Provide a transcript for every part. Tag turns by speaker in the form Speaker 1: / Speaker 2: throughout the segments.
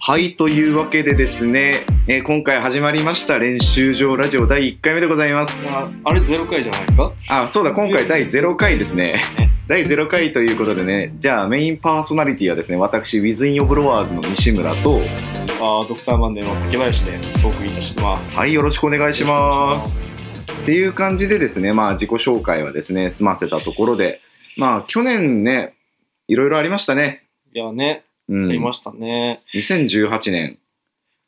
Speaker 1: はいというわけでですね、えー今回始まりました練習場ラジオ第1回目でございます
Speaker 2: ああれゼロ回じゃないですか
Speaker 1: あそうだ今回第0回ですね 第0回ということでねじゃあメインパーソナリティはですね私ウィズインオブロワーズの西村と
Speaker 2: あードクターマンデーの竹林でお送りいたしてます
Speaker 1: はいよろしくお願いします
Speaker 2: お願いし
Speaker 1: っていう感じでですねまあ自己紹介はですね済ませたところでまあ去年ねいろいろありましたね
Speaker 2: いやね
Speaker 1: う
Speaker 2: やり
Speaker 1: ん
Speaker 2: ましたね、
Speaker 1: 2018年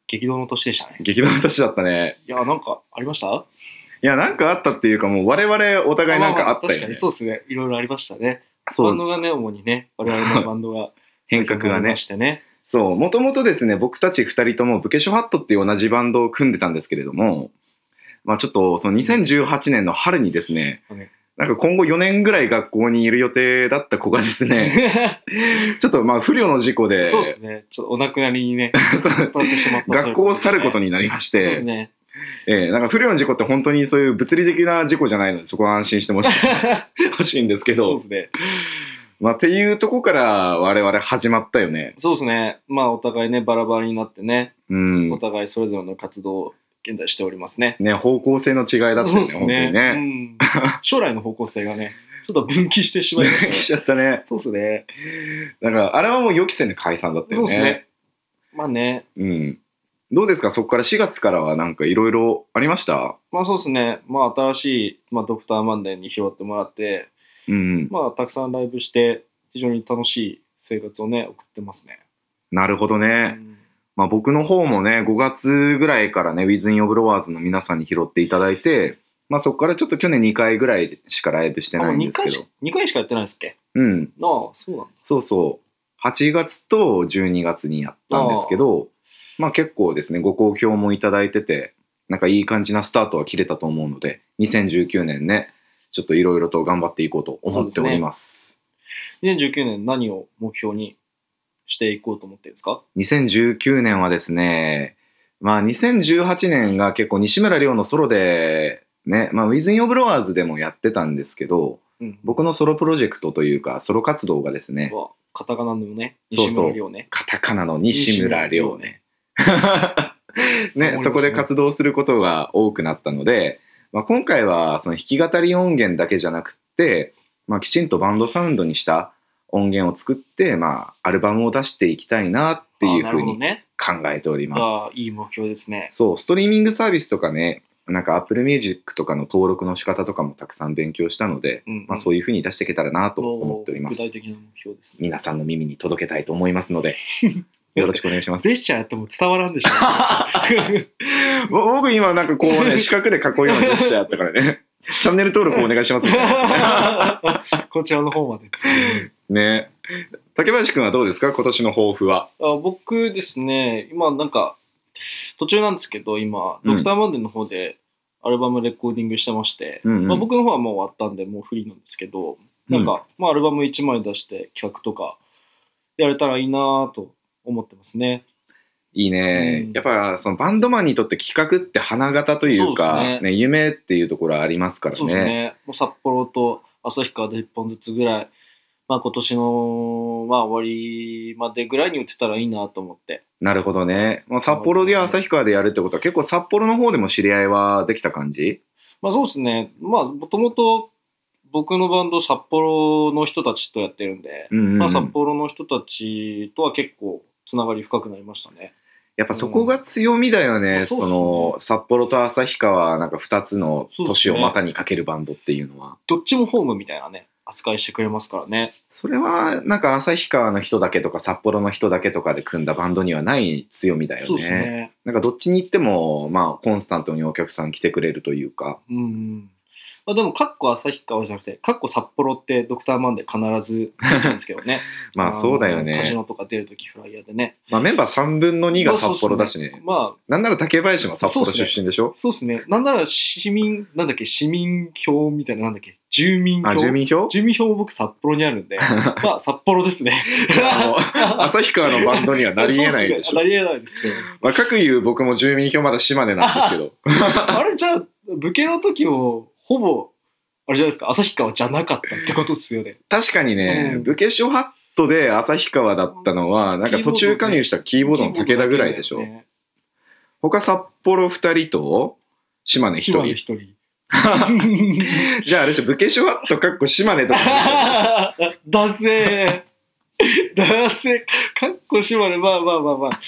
Speaker 2: 激動の年でしたね
Speaker 1: 激動の年だったね
Speaker 2: いやなんかありましたお
Speaker 1: いやなんかあったっていうかもう我々お互いなんかあった
Speaker 2: 確
Speaker 1: よ
Speaker 2: か
Speaker 1: ね
Speaker 2: にそうですねいろいろありましたね
Speaker 1: そ
Speaker 2: バン
Speaker 1: う
Speaker 2: ドがね主にね我々のバンドが
Speaker 1: 変革が
Speaker 2: あり
Speaker 1: ね
Speaker 2: ましてね
Speaker 1: そう、もともとですね、僕たち二人とも、ブケショファットっていう同じバンドを組んでたんですけれども、まあちょっと、その2018年の春にですね
Speaker 2: はい、
Speaker 1: なんか今後4年ぐらい学校にいる予定だった子がです ね、ちょっとまあ不慮の事故で、
Speaker 2: そうですねちょっとお亡くなりにね
Speaker 1: そう
Speaker 2: なってしまったという
Speaker 1: 学校を去ること
Speaker 2: に
Speaker 1: になりまし
Speaker 2: そうです
Speaker 1: て、
Speaker 2: ね
Speaker 1: えーなんか不慮の事故って本当にそういう物理的な事故じゃないので、そこは安心してほ しほしいんですけ
Speaker 2: そう
Speaker 1: ど
Speaker 2: で、すね
Speaker 1: まあっていうとこから我々始まったよね。
Speaker 2: そうですねまあお互いねバラバラになってね
Speaker 1: うん
Speaker 2: お。互いそれぞれの活動を現在しておりますね。
Speaker 1: ね、方向性の違いだったよね、
Speaker 2: そ
Speaker 1: 本当
Speaker 2: う
Speaker 1: にね。
Speaker 2: ですねうん将来の方向性がね、ちょっと分岐してしまいま したね
Speaker 1: しちゃったね。
Speaker 2: そうですね。
Speaker 1: だから、あれはもう予期せぬ解散だったよ
Speaker 2: そう
Speaker 1: ね。
Speaker 2: ですね。まあね、
Speaker 1: うん。どうですかそこから4月からはなんかいろいろありました
Speaker 2: まあそうですね。まあ新しい、まあ、ドクターマンデーに拾ってもらって、
Speaker 1: うん。
Speaker 2: まあたくさんライブして、非常に楽しい生活をね、送ってますね。
Speaker 1: なるほど
Speaker 2: う
Speaker 1: ね。
Speaker 2: ん
Speaker 1: まあ僕の方もね、5月ぐらいからね、Within Your Blowers の皆さんに拾っていただいて、まあそこからちょっと去年2回ぐらいしかライブして
Speaker 2: あも
Speaker 1: な
Speaker 2: う
Speaker 1: いんで
Speaker 2: 2
Speaker 1: すけ
Speaker 2: 回
Speaker 1: ど
Speaker 2: し。二回しかやってないですっけ
Speaker 1: うん。
Speaker 2: なあ、そうなんだ。
Speaker 1: そうそう。8月と12月にやったんですけど、まあ結構ですね、ご好評もいただいてて、なんかいい感じなスタートは切れたと思うので、2019年ね、ちょっといろいろと頑張っていこうと思っております。
Speaker 2: 2019年何を目標にしていこうと思ってるんですか
Speaker 1: 2019年はですね、まあ2018年が結構西村亮のソロで、ね、まあ Within Your Blowers でもやってたんですけど、
Speaker 2: うん。
Speaker 1: 僕のソロプロジェクトというか、ソロ活動がですね、
Speaker 2: は、カタカナのね、
Speaker 1: そう
Speaker 2: 西
Speaker 1: そう
Speaker 2: 村亮ね。
Speaker 1: カタカナの西村亮 ね。
Speaker 2: 思いま
Speaker 1: ね、
Speaker 2: す
Speaker 1: そこで活動することが多くなったので、まあ、今回はその弾き語り音源だけじゃなくって、まあ、きちんとバンドサウンドにした音源を作って、まあ、アルバムを出していきたいなっていう
Speaker 2: あな
Speaker 1: ふ
Speaker 2: る
Speaker 1: う
Speaker 2: ほど
Speaker 1: に
Speaker 2: ね。
Speaker 1: 考えております。
Speaker 2: ああ、いい目標ですね。
Speaker 1: そう、ストリーミングサービスとかね、なんか Apple Music とかの登録の仕方とかもたくさん勉強したので、
Speaker 2: うん、
Speaker 1: まあ、そういうふうに出していけたらなと
Speaker 2: おー
Speaker 1: 思っております
Speaker 2: 具。体的な目標ですね。
Speaker 1: 皆さんの耳に届けたいと思いますの で、よろしくお願いします。
Speaker 2: ジェスチャーやっても伝わらんでしょ うね。
Speaker 1: ぼ僕今なんかこう ね、四角で囲うようなジェスチャーやったからね。チャンネル登録お願いしますみたいな。
Speaker 2: こちらの方までですね。
Speaker 1: ね。竹林くんはどうですか今年の抱負は。
Speaker 2: あ僕ですね、今なんか、途中なんですけど、今、
Speaker 1: うん
Speaker 2: ドクターマンデーの方でアルバムレコーディングしてまして、
Speaker 1: うんうん
Speaker 2: まあ、僕の方はもう終わったんで、もうフリーなんですけど、なんか、まあ、アルバム1枚出して企画とかやれたらいいなぁと思ってますね。
Speaker 1: いいね。
Speaker 2: うん
Speaker 1: やっぱそのバンドマンにとって企画って花形というか、
Speaker 2: そう
Speaker 1: ね
Speaker 2: ですね
Speaker 1: 夢っていうところありますから
Speaker 2: そうです
Speaker 1: ね。
Speaker 2: ね。もう札幌と旭川で1本ずつぐらい、まあ今年の、まあ終わりまでぐらいに打ってたらいいなと思って。
Speaker 1: なるほどね。もう札幌で旭川でやるってことは結構札幌の方でも知り合いはできた感じ
Speaker 2: まあそうですね。まあもともと僕のバンド札幌の人たちとやってるんで、
Speaker 1: うんうんうん
Speaker 2: まあ札幌の人たちとは結構つながり深くなりましたね。
Speaker 1: やっぱそこが強みだよね。
Speaker 2: うん
Speaker 1: そ
Speaker 2: そうですね
Speaker 1: の札幌と旭川なんか2つの都市を
Speaker 2: そうですね
Speaker 1: 股にかけるバンドっていうのは。
Speaker 2: どっちもホームみたいなね、扱いしてくれますからね。
Speaker 1: それはなんか旭川の人だけとか札幌の人だけとかで組んだバンドにはない強みだよ
Speaker 2: そうです
Speaker 1: ね。
Speaker 2: ね。
Speaker 1: なんかどっちに行ってもまあコンスタントにお客さん来てくれるというか。
Speaker 2: うんうん。まあでも、かっこ旭川じゃなくて、かっこ札幌ってドクターマンで必ずついてるんですけどね。
Speaker 1: まあそうだよ
Speaker 2: カジ
Speaker 1: ね。
Speaker 2: ノとか出るときフライヤーでね。
Speaker 1: まあメンバー3分の2が札幌だしね。
Speaker 2: まあ、
Speaker 1: なんなら竹林も札幌出身でしょ
Speaker 2: そうですね。なんなら市民、なんだっけ、市民票みたいな、なんだっけ、住民票。
Speaker 1: あ、住民票
Speaker 2: 住民票も僕札幌にあ るんで、まあ札幌ですね。
Speaker 1: あの旭川のバンドにはなり得ないでし
Speaker 2: そうっすねな
Speaker 1: ょ。
Speaker 2: り得ないですよ。
Speaker 1: まあ、各言う僕も住民票まだ島根なん ですけど。
Speaker 2: あれ、じゃあ、武家の時も、ほぼ、あれじゃないですか、旭川じゃなかったってことですよね。
Speaker 1: 確かにね、
Speaker 2: うん
Speaker 1: 武家諸ハットで旭川だったのは、なんか途中加入したキーボードの武田ぐらいでしょ。
Speaker 2: ね
Speaker 1: 他札幌2人と、島根1
Speaker 2: 島根
Speaker 1: 人。
Speaker 2: 一人。
Speaker 1: じゃああれでしょ、武家シュワットかっこ島根とかになっちゃう。
Speaker 2: だせー。だせー。かっこ島根。まあまあまあまあ。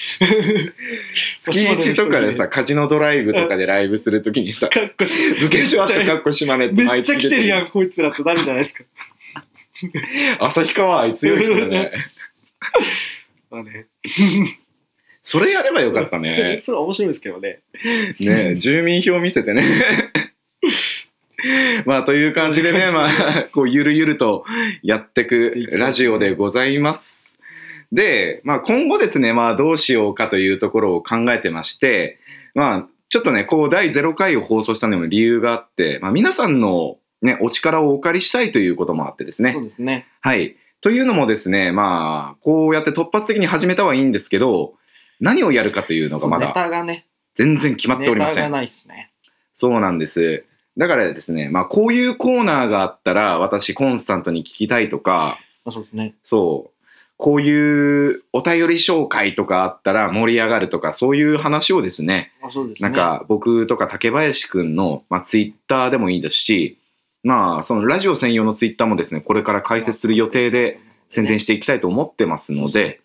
Speaker 1: 月1とかで さ、カジノドライブとかでライブするときにさ、
Speaker 2: かっこ島
Speaker 1: 武家シュワットかっこ島根って
Speaker 2: 根。めっちゃ来てるや
Speaker 1: ん。
Speaker 2: ん、こいつらってなるじゃないですか。
Speaker 1: 旭川愛強い人だね。
Speaker 2: まあね。
Speaker 1: それやればよかったね。
Speaker 2: それ面白いですけどね。
Speaker 1: ね住民票見せてね。 まあという感じでね、まあ、こうゆるゆるとやってくラジオでございます。で、まあ今後ですね、まあどうしようかというところを考えてまして、まあちょっとね、こう第0回を放送したのにも理由があって、まあ皆さんのね、お力をお借りしたいということもあってですね
Speaker 2: そう。ですね。
Speaker 1: はい。というのもですね、まあ、こうやって突発的に始めたはいいんですけど、何をやるかというのがま
Speaker 2: ネ
Speaker 1: だ
Speaker 2: タがね、
Speaker 1: 全然決まっておりま
Speaker 2: ネタ
Speaker 1: せ
Speaker 2: が
Speaker 1: ん。
Speaker 2: ないっすね。
Speaker 1: そうなんです。だからですね、まあ、こういうコーナーがあったら、私、コンスタントに聞きたいとか、
Speaker 2: あそうですね。
Speaker 1: そう、こういうお便り紹介とかあったら盛り上がるとか、そういう話をですね、
Speaker 2: あそうですね。
Speaker 1: なんか僕とか竹林くんの、まあ、ツイッターでもいいですし、まあ、そのラジオ専用のツイッターもですね、これから解説する予定で、宣伝宣
Speaker 2: し
Speaker 1: 伝していきたいと思ってますので、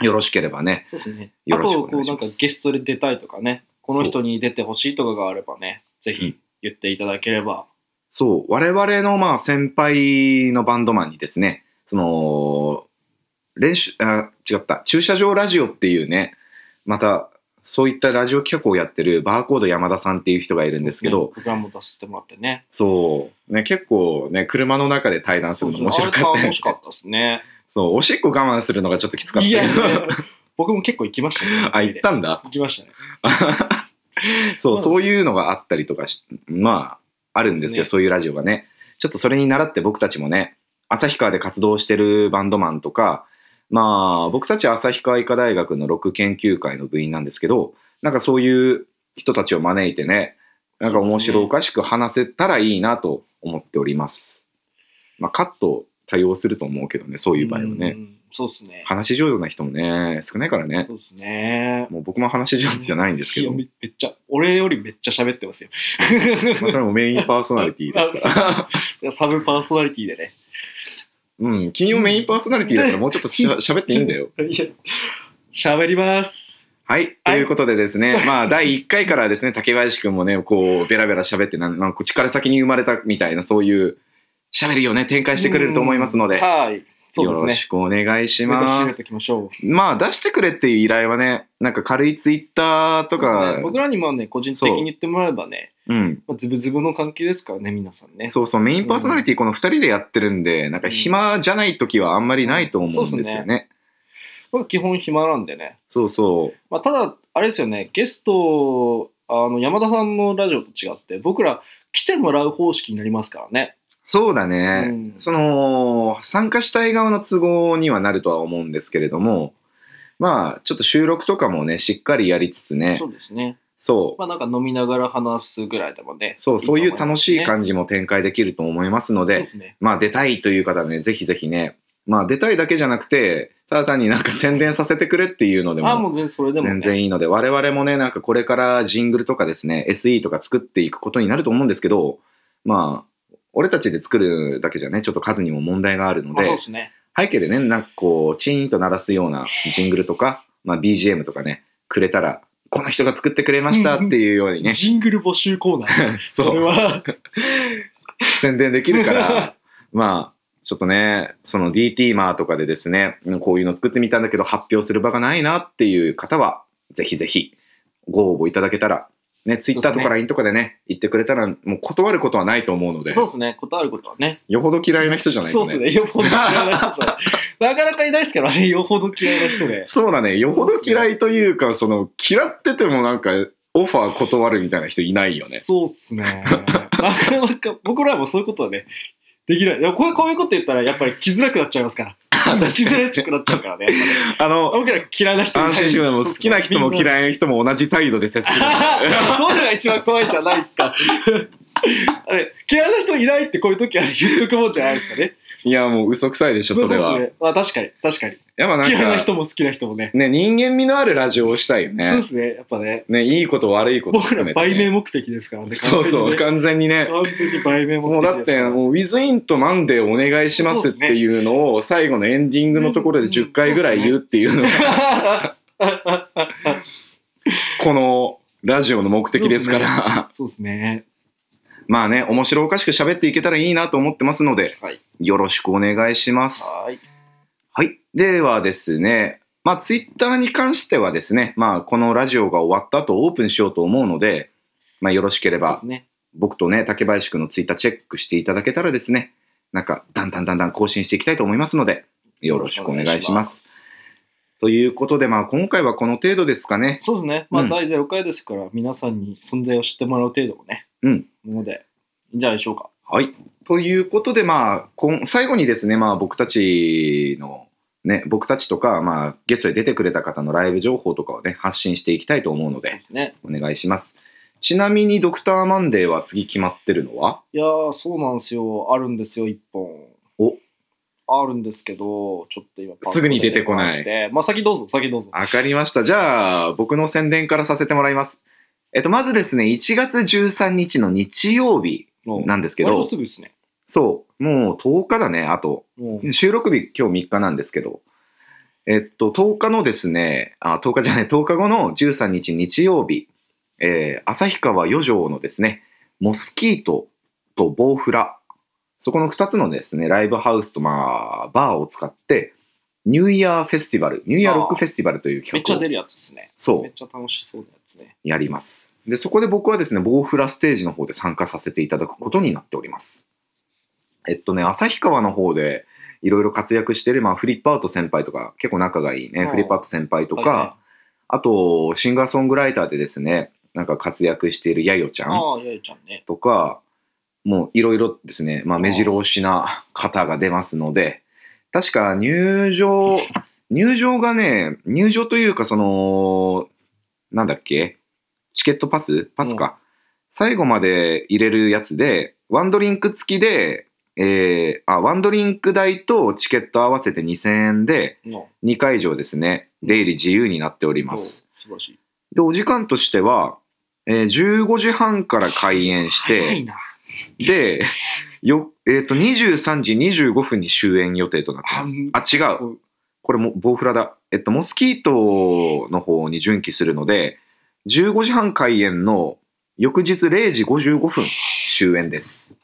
Speaker 1: よろしければね。
Speaker 2: そうですね。
Speaker 1: よ
Speaker 2: あ
Speaker 1: ろしく
Speaker 2: と、
Speaker 1: お
Speaker 2: こ
Speaker 1: 願
Speaker 2: う
Speaker 1: いし
Speaker 2: な
Speaker 1: ます
Speaker 2: んかゲストで出たいとかね、この人に出てほしいとかがあればね、ぜ
Speaker 1: うん
Speaker 2: ひ言っていただければ。
Speaker 1: そう、我々のまあ先輩のバンドマンにですね、その、練習、あ、違った、駐車場ラジオっていうね、また、そういったラジオ企画をやってるバーコード山田さんっていう人がいるんですけ
Speaker 2: ね
Speaker 1: ど、
Speaker 2: 僕らも出させてもらってね。
Speaker 1: そう、ね、結構ね、車の中で対談するの面白か
Speaker 2: あ
Speaker 1: っ
Speaker 2: れ
Speaker 1: た
Speaker 2: は
Speaker 1: よ
Speaker 2: 面白か
Speaker 1: ね。
Speaker 2: ったですね。
Speaker 1: そう、おしっこ我慢するのがちょっときつかった
Speaker 2: い
Speaker 1: よ
Speaker 2: やいや、僕も結構行きましたね。
Speaker 1: あ、行ったんだ。
Speaker 2: 行きましたね。
Speaker 1: そう、
Speaker 2: うん
Speaker 1: そういうのがあったりとかし、まあ、あるんですけど、
Speaker 2: ね
Speaker 1: そういうラジオがね。ちょっとそれに習って僕たちもね、旭川で活動してるバンドマンとか、まあ、僕たちは旭川医科大学のロック研究会の部員なんですけど、なんかそういう人たちを招いてね、なんか面白おかしく話せたらいいなと思っております。まあ、カット対応すると思うけどね、そういう場合はね。
Speaker 2: ん。そうですね。
Speaker 1: 話し上手な人もね、少ないからね。
Speaker 2: そうですね。
Speaker 1: もう僕も話し上手じゃないんですけど。
Speaker 2: いやめめっちゃ、俺よりめっちゃ喋ってますよ。
Speaker 1: まあ、それもメインパーソナリティです から。
Speaker 2: サブパーソナリティでね。
Speaker 1: うん、金曜メインパーソナリティだからもうちょっとしゃ喋っていいんだよ。
Speaker 2: いや喋ります。
Speaker 1: はい、ということでですね、まあ、第1回からですね、竹林くんもね、こう、ベラベラ喋って、なんなんか、こっちから先に生まれたみたいな、そういう、喋りをね、展開してくれると思いますので、よ
Speaker 2: はい。そうです
Speaker 1: ろ
Speaker 2: ね
Speaker 1: し。くお願いしま
Speaker 2: 締め
Speaker 1: す。
Speaker 2: ておきましょう。
Speaker 1: まあ、出してくれっていう依頼はね、なんか軽いツイッターとか、
Speaker 2: 僕らにもね、個人的に言ってもらえばね、
Speaker 1: うん、
Speaker 2: まあ、ズブズブの関係ですからね、皆さんね。
Speaker 1: そうそう、メインパーソナリティこの2人でやってるんで、なんか暇じゃない時はあんまりないと思うんですよね。
Speaker 2: 僕は基本暇なんでね。
Speaker 1: そうそう。
Speaker 2: まあ、ただ、あれですよね、ゲスト、あの、山田さんのラジオと違って、僕ら来てもらう方式になりますからね。
Speaker 1: そうだね、
Speaker 2: うん
Speaker 1: その参加したい側の都合にはなるとは思うんですけれどもまあちょっと収録とかもねしっかりやりつつね
Speaker 2: そうですね。
Speaker 1: そう
Speaker 2: まあ、なんか飲みながら話すぐらいでもね。
Speaker 1: そうそういう楽しい
Speaker 2: じ
Speaker 1: 感じも展開できると思いますので
Speaker 2: そうですね。
Speaker 1: まあ出たいという方はねぜひぜひねまあ出たいだけじゃなくてただ単になんか宣伝させてくれっていうので
Speaker 2: ああ、
Speaker 1: も
Speaker 2: もう全然それでも、ね。
Speaker 1: 全然いいので我々もねなんかこれからジングルとかですね SE とか作っていくことになると思うんですけどまあ俺たちで作るだけじゃねちょっと数にも問題があるの
Speaker 2: まあ、
Speaker 1: で
Speaker 2: そうですね。
Speaker 1: 背景でね、なんかこう、チーンと鳴らすようなジングルとか、まあ、BGM とかね、くれたら、この人が作ってくれましたっていうようにね、
Speaker 2: ジングル募集コーナー。 それ
Speaker 1: そう、
Speaker 2: は、
Speaker 1: 宣伝できる から、まあ、ちょっとね、その DT マーとかでですね、こういうの作ってみたんだけど、発表する場がないなっていう方は、ぜひぜひ、ご応募いただけたら、ね、Twitter とか LINE とかでね、言ってくれたら、もう断ることはないと思うので、
Speaker 2: そうですね。断ることはね。
Speaker 1: よほど嫌いな人じゃない
Speaker 2: そ
Speaker 1: とね。
Speaker 2: うですね。よほど嫌いな人じ ゃない。なかなかいないですからね。よほど嫌いな人で。
Speaker 1: そうだね。よほど嫌いというか、その、嫌っててもなんか、オファー断るみたいな人いないよね。
Speaker 2: そうっすね。 なかなか、僕らもそういうことはね、できない。でもこうこういうこと言ったら、やっぱり来づらくなっちゃいま すから。来づらくなっちゃうからね。やっぱね
Speaker 1: あ の、
Speaker 2: 僕ら嫌いな人
Speaker 1: 安心してくださいもう好きな人も
Speaker 2: い
Speaker 1: 嫌いな人も同じ態度で接す る。
Speaker 2: そういうのが一番怖 い じゃないですか。あれ嫌いな人いないってこういう時は言っとくもんじゃないですかね。
Speaker 1: いや、もう嘘くさいでしょ、それは。
Speaker 2: う
Speaker 1: い
Speaker 2: ですね。あ、確かに、確かに。
Speaker 1: や、まあ
Speaker 2: 嫌いな
Speaker 1: なんか、
Speaker 2: 人も好きな人もね。
Speaker 1: ね、人間味のあるラジオをしたいよ
Speaker 2: そう
Speaker 1: ね
Speaker 2: で。すね。やっぱね。
Speaker 1: ね、いいこと悪いこと
Speaker 2: 僕
Speaker 1: 含
Speaker 2: ら
Speaker 1: めてね、
Speaker 2: 売名目的ですからね。
Speaker 1: そうそう、
Speaker 2: 完
Speaker 1: 完全にね。
Speaker 2: 全にね完全に売名
Speaker 1: も
Speaker 2: 目
Speaker 1: うだ
Speaker 2: 的
Speaker 1: っ
Speaker 2: ですか
Speaker 1: て、
Speaker 2: ら。
Speaker 1: もう、ウィズインとマンデーお願いしますっていうのを、最後のエンディングのところで10回ぐらい言うっていうのが、 このラジオの目的ですから、
Speaker 2: そうですね。
Speaker 1: まあね、面白おかしく喋っていけたらいいなと思ってますので、
Speaker 2: はい。
Speaker 1: よろしくお願いします。
Speaker 2: はい。
Speaker 1: はい。ではですね、まあ、ツイッターに関してはですね、まあ、このラジオが終わった後オープンしようと思うので、まあ、よろしけれ
Speaker 2: そうで
Speaker 1: ば
Speaker 2: す、ね。
Speaker 1: 僕とね、竹林くんのツイッターチェックしていただけたらですね、なんか、だんだんだんだん更新していきたいと思いますので、よろしくお願いします。
Speaker 2: す。
Speaker 1: ということで、まあ、今回はこの程度ですかね。
Speaker 2: そうですね。ま
Speaker 1: う
Speaker 2: あ、
Speaker 1: ん
Speaker 2: 大0回ですから、皆さんに存在を知ってもらう程度のね、
Speaker 1: うん。
Speaker 2: もので、いいんじゃないでしょうか。
Speaker 1: はい。ということで、まあ、こん最後にですね、まあ、僕たちの、ね、僕たちとか、まあ、ゲストで出てくれた方のライブ情報とかをね、発信していきたいと思うの
Speaker 2: そう
Speaker 1: で
Speaker 2: で、すね。
Speaker 1: お願いします。ちなみに、ドクターマンデーは次決まってるのはい
Speaker 2: やー、そうなんですよ。あるんですよ、一本。
Speaker 1: お
Speaker 2: あるんですけど、ちょっと今、
Speaker 1: すぐに出てこない
Speaker 2: パッと出てこなくてまあ、先どうぞ、先どうぞ。
Speaker 1: わかりました。じゃあ、僕の宣伝からさせてもらいます。えっと、まずですね、1月13日の日曜日
Speaker 2: もう
Speaker 1: なんですけ
Speaker 2: 割
Speaker 1: ど
Speaker 2: とす、ぐですね。
Speaker 1: そう、もう10日だね、あと。
Speaker 2: もう
Speaker 1: 収録日今日3日なんですけど、えっと、10日のですね、あ、10日じゃない、10日後の13日日曜日、えー旭川余剰のですね、モスキートとボウフラ、そこの2つのですね、ライブハウスとまあ、バーを使って、ニューイヤーフェスティバル、ニューイヤーロックフェスティバルという
Speaker 2: めっ
Speaker 1: 企
Speaker 2: ちゃ
Speaker 1: 画
Speaker 2: 出
Speaker 1: を
Speaker 2: るやつですね。
Speaker 1: そ
Speaker 2: めっ
Speaker 1: う
Speaker 2: ちゃ楽しそうなやつね。
Speaker 1: やります。で、そこで僕はですね、ボウフラステージの方で参加させていただくことになっております。えっとね、旭川の方でいろいろ活躍してる、まあ、フリップアウト先輩とか、結構仲がいいね、
Speaker 2: ああ
Speaker 1: フリップアウト先輩とか、あと、シンガーソングライターでですね、なんか活躍しているやよちゃ
Speaker 2: あ
Speaker 1: ん
Speaker 2: あー、やゆちゃんね。
Speaker 1: とか、もういろいろですね、まあ、
Speaker 2: ああ
Speaker 1: 目白押しな方が出ますので、確か入場、入場がね、入場というか、その、なんだっけ、チケットパスパスか、最後まで入れるやつで、ワンドリンク付きで、えーあ、ワンドリンク代とチケット合わせて2000円で、
Speaker 2: の
Speaker 1: 2会場ですね、出入り自由になっております。
Speaker 2: そう素晴らしい。
Speaker 1: で、お時間としては、えー15時半から開演して、
Speaker 2: 早いな。
Speaker 1: で、よ、えっ、と、23時25分に終演予定となってま
Speaker 2: あ
Speaker 1: す。あ、違う。これも、ボウフラだ。えっと、モスキートの方に準拠するので、15時半開演の翌日0時55分終演です。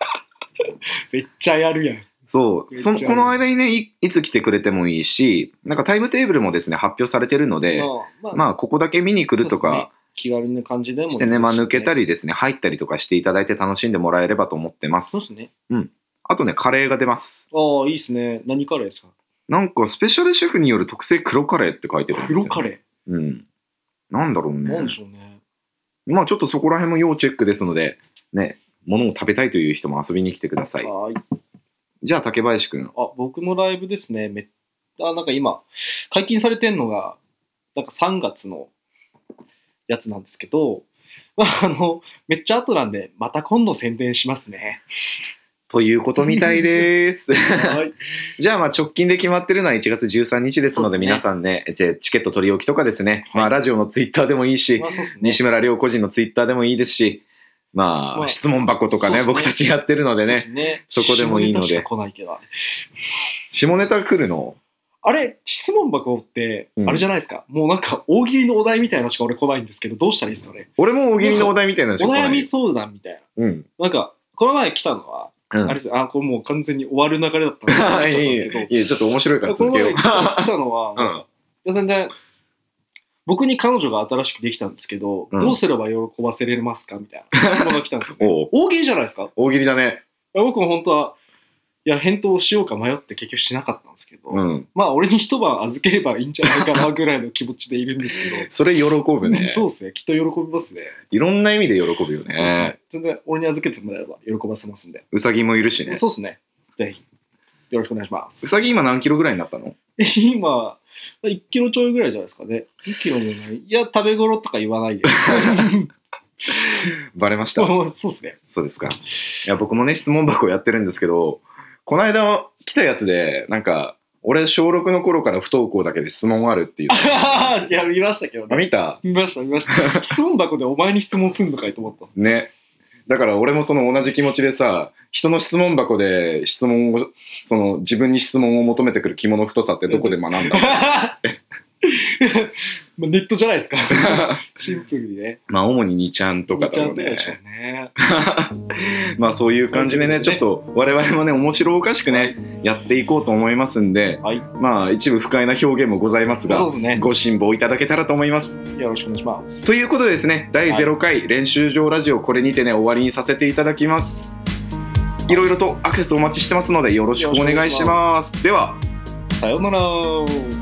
Speaker 2: めっちゃやるやん。
Speaker 1: そう。その、
Speaker 2: めっちゃい
Speaker 1: こ
Speaker 2: い
Speaker 1: の間にねい、いつ来てくれてもいいし、なんかタイムテーブルもですね、発表されてるので、
Speaker 2: まあ、まあ
Speaker 1: まあ、ここだけ見に来るとか、
Speaker 2: 気軽な感じでも
Speaker 1: してね、まあ、抜けた
Speaker 2: り。
Speaker 1: りですね、入ったりとかしていただいて楽しんでもらえればと思ってま
Speaker 2: そ
Speaker 1: す
Speaker 2: うで。すね。
Speaker 1: あとね、カレーが出ます。
Speaker 2: ああ、いいですね。何カレーですか
Speaker 1: なんかスペシャルシェフによる特製黒カレーって書いてあるんですよ、
Speaker 2: 黒カレ
Speaker 1: ーうん。なんだろう
Speaker 2: ー。なん
Speaker 1: ね
Speaker 2: で。しょうね。
Speaker 1: まあちょっとそこら辺も要チェックですので、ね、物を食べたいという人も遊びに来てください。
Speaker 2: はーい。
Speaker 1: じゃあ竹林くん。
Speaker 2: あ、僕のライブですね。めっあ、なんか今、解禁されてんのが、なんか3月のやつなんですけど、まあ、あの、めっちゃ後なんで、また今度宣伝しますね。
Speaker 1: ということみたいです。
Speaker 2: はい。
Speaker 1: じゃあまあ直近で決まってるのは1月13日ですので、
Speaker 2: そうですね
Speaker 1: 皆さんね、じゃあチケット取り置きとかですね、
Speaker 2: はい
Speaker 1: まあラジオのツイッターでもいいし、
Speaker 2: まあ、そうですね。
Speaker 1: 西村亮個人のツイッターでもいいですし、まあ、
Speaker 2: まあ
Speaker 1: 質問箱とかね
Speaker 2: そうですね
Speaker 1: 僕たちやってるので
Speaker 2: そうで
Speaker 1: ね
Speaker 2: す、ね。
Speaker 1: そこでもいいので
Speaker 2: 下ネタしか来ないけど。
Speaker 1: 下ネタ来るの
Speaker 2: あれ、質問箱って
Speaker 1: う、ん
Speaker 2: あれじゃないですか、もうなんか大喜利のお題みたいなのしか俺来ないんですけど、どうしたらいいですかね。
Speaker 1: 俺も大喜利のお題みたいなのし
Speaker 2: お
Speaker 1: か来ない
Speaker 2: 悩み相談みたいな。
Speaker 1: うん。
Speaker 2: なんか、この前来たのは、
Speaker 1: うん
Speaker 2: あれですあ、これもう完全に終わる流れだったんで
Speaker 1: は
Speaker 2: 終わ っ
Speaker 1: い
Speaker 2: ちゃったん
Speaker 1: い
Speaker 2: で
Speaker 1: い
Speaker 2: すけど
Speaker 1: よ、いいよちょっと面白いから
Speaker 2: この
Speaker 1: 続けよう
Speaker 2: 前。来たのは、
Speaker 1: うん
Speaker 2: なんかいや全然、僕に彼女が新しくできたんですけど、
Speaker 1: うん。
Speaker 2: どうすれば喜ばせれますかみたいな質問が来たんですよ
Speaker 1: おう
Speaker 2: 大喜利じゃないですか。
Speaker 1: 大喜利だね。
Speaker 2: 僕も本当は、いや、返答しようか迷って結局しなかったんですけど、
Speaker 1: うん。。
Speaker 2: まあ、俺に一晩預ければいいんじゃないかなぐらいの気持ちでいるんですけど
Speaker 1: それ喜ぶね。
Speaker 2: そうですね。きっと喜びますね。
Speaker 1: いろんな意味で喜ぶよね。
Speaker 2: 全然俺に預けてもらえれば喜ばせますんで。
Speaker 1: うさぎもいるしね。
Speaker 2: そうですね。ぜひ。よろしくお願いしま
Speaker 1: う
Speaker 2: す。
Speaker 1: さぎ今何キロぐらいになったの
Speaker 2: 今、1キロちょいぐらいじゃないですかね。1キロもない。いや、食べ頃とか言わない で。
Speaker 1: バレました。
Speaker 2: そうですね。
Speaker 1: そうですか。いや、僕もね、質問箱やってるんですけど、この間、来たやつで、なんか、俺小6の頃から不登校だけど質問ある っていう。
Speaker 2: いや、見ましたけど
Speaker 1: あ、
Speaker 2: ね。
Speaker 1: 見た
Speaker 2: 見ました、見ました。質問箱でお前に質問すんのかいと 思った。
Speaker 1: ね。だから俺もその同じ気持ちでさ、人の質問箱で質問を、その自分に質問を求めてくる肝の太さってどこで学ん だの
Speaker 2: まあネットじゃないで すか。シンプルにね。
Speaker 1: まあ主に2ちゃんとかだろう
Speaker 2: 見ちゃうとかでしょ
Speaker 1: ね。
Speaker 2: うね。
Speaker 1: まあそういう感じでね、ちょっと我々もね、面白おかしくね、やっていこうと思いますんで、
Speaker 2: はい
Speaker 1: まあ一部不快な表現もございますが
Speaker 2: そう、ですね。
Speaker 1: ご辛抱いただけたらと思います。
Speaker 2: よろしくお願いします。
Speaker 1: ということでですね第0回、練習場ラジオこれにてね終わりにさせていただきますいろいろとアクセスお待ちしてますのでよろしくお願いしますでは
Speaker 2: さようなら。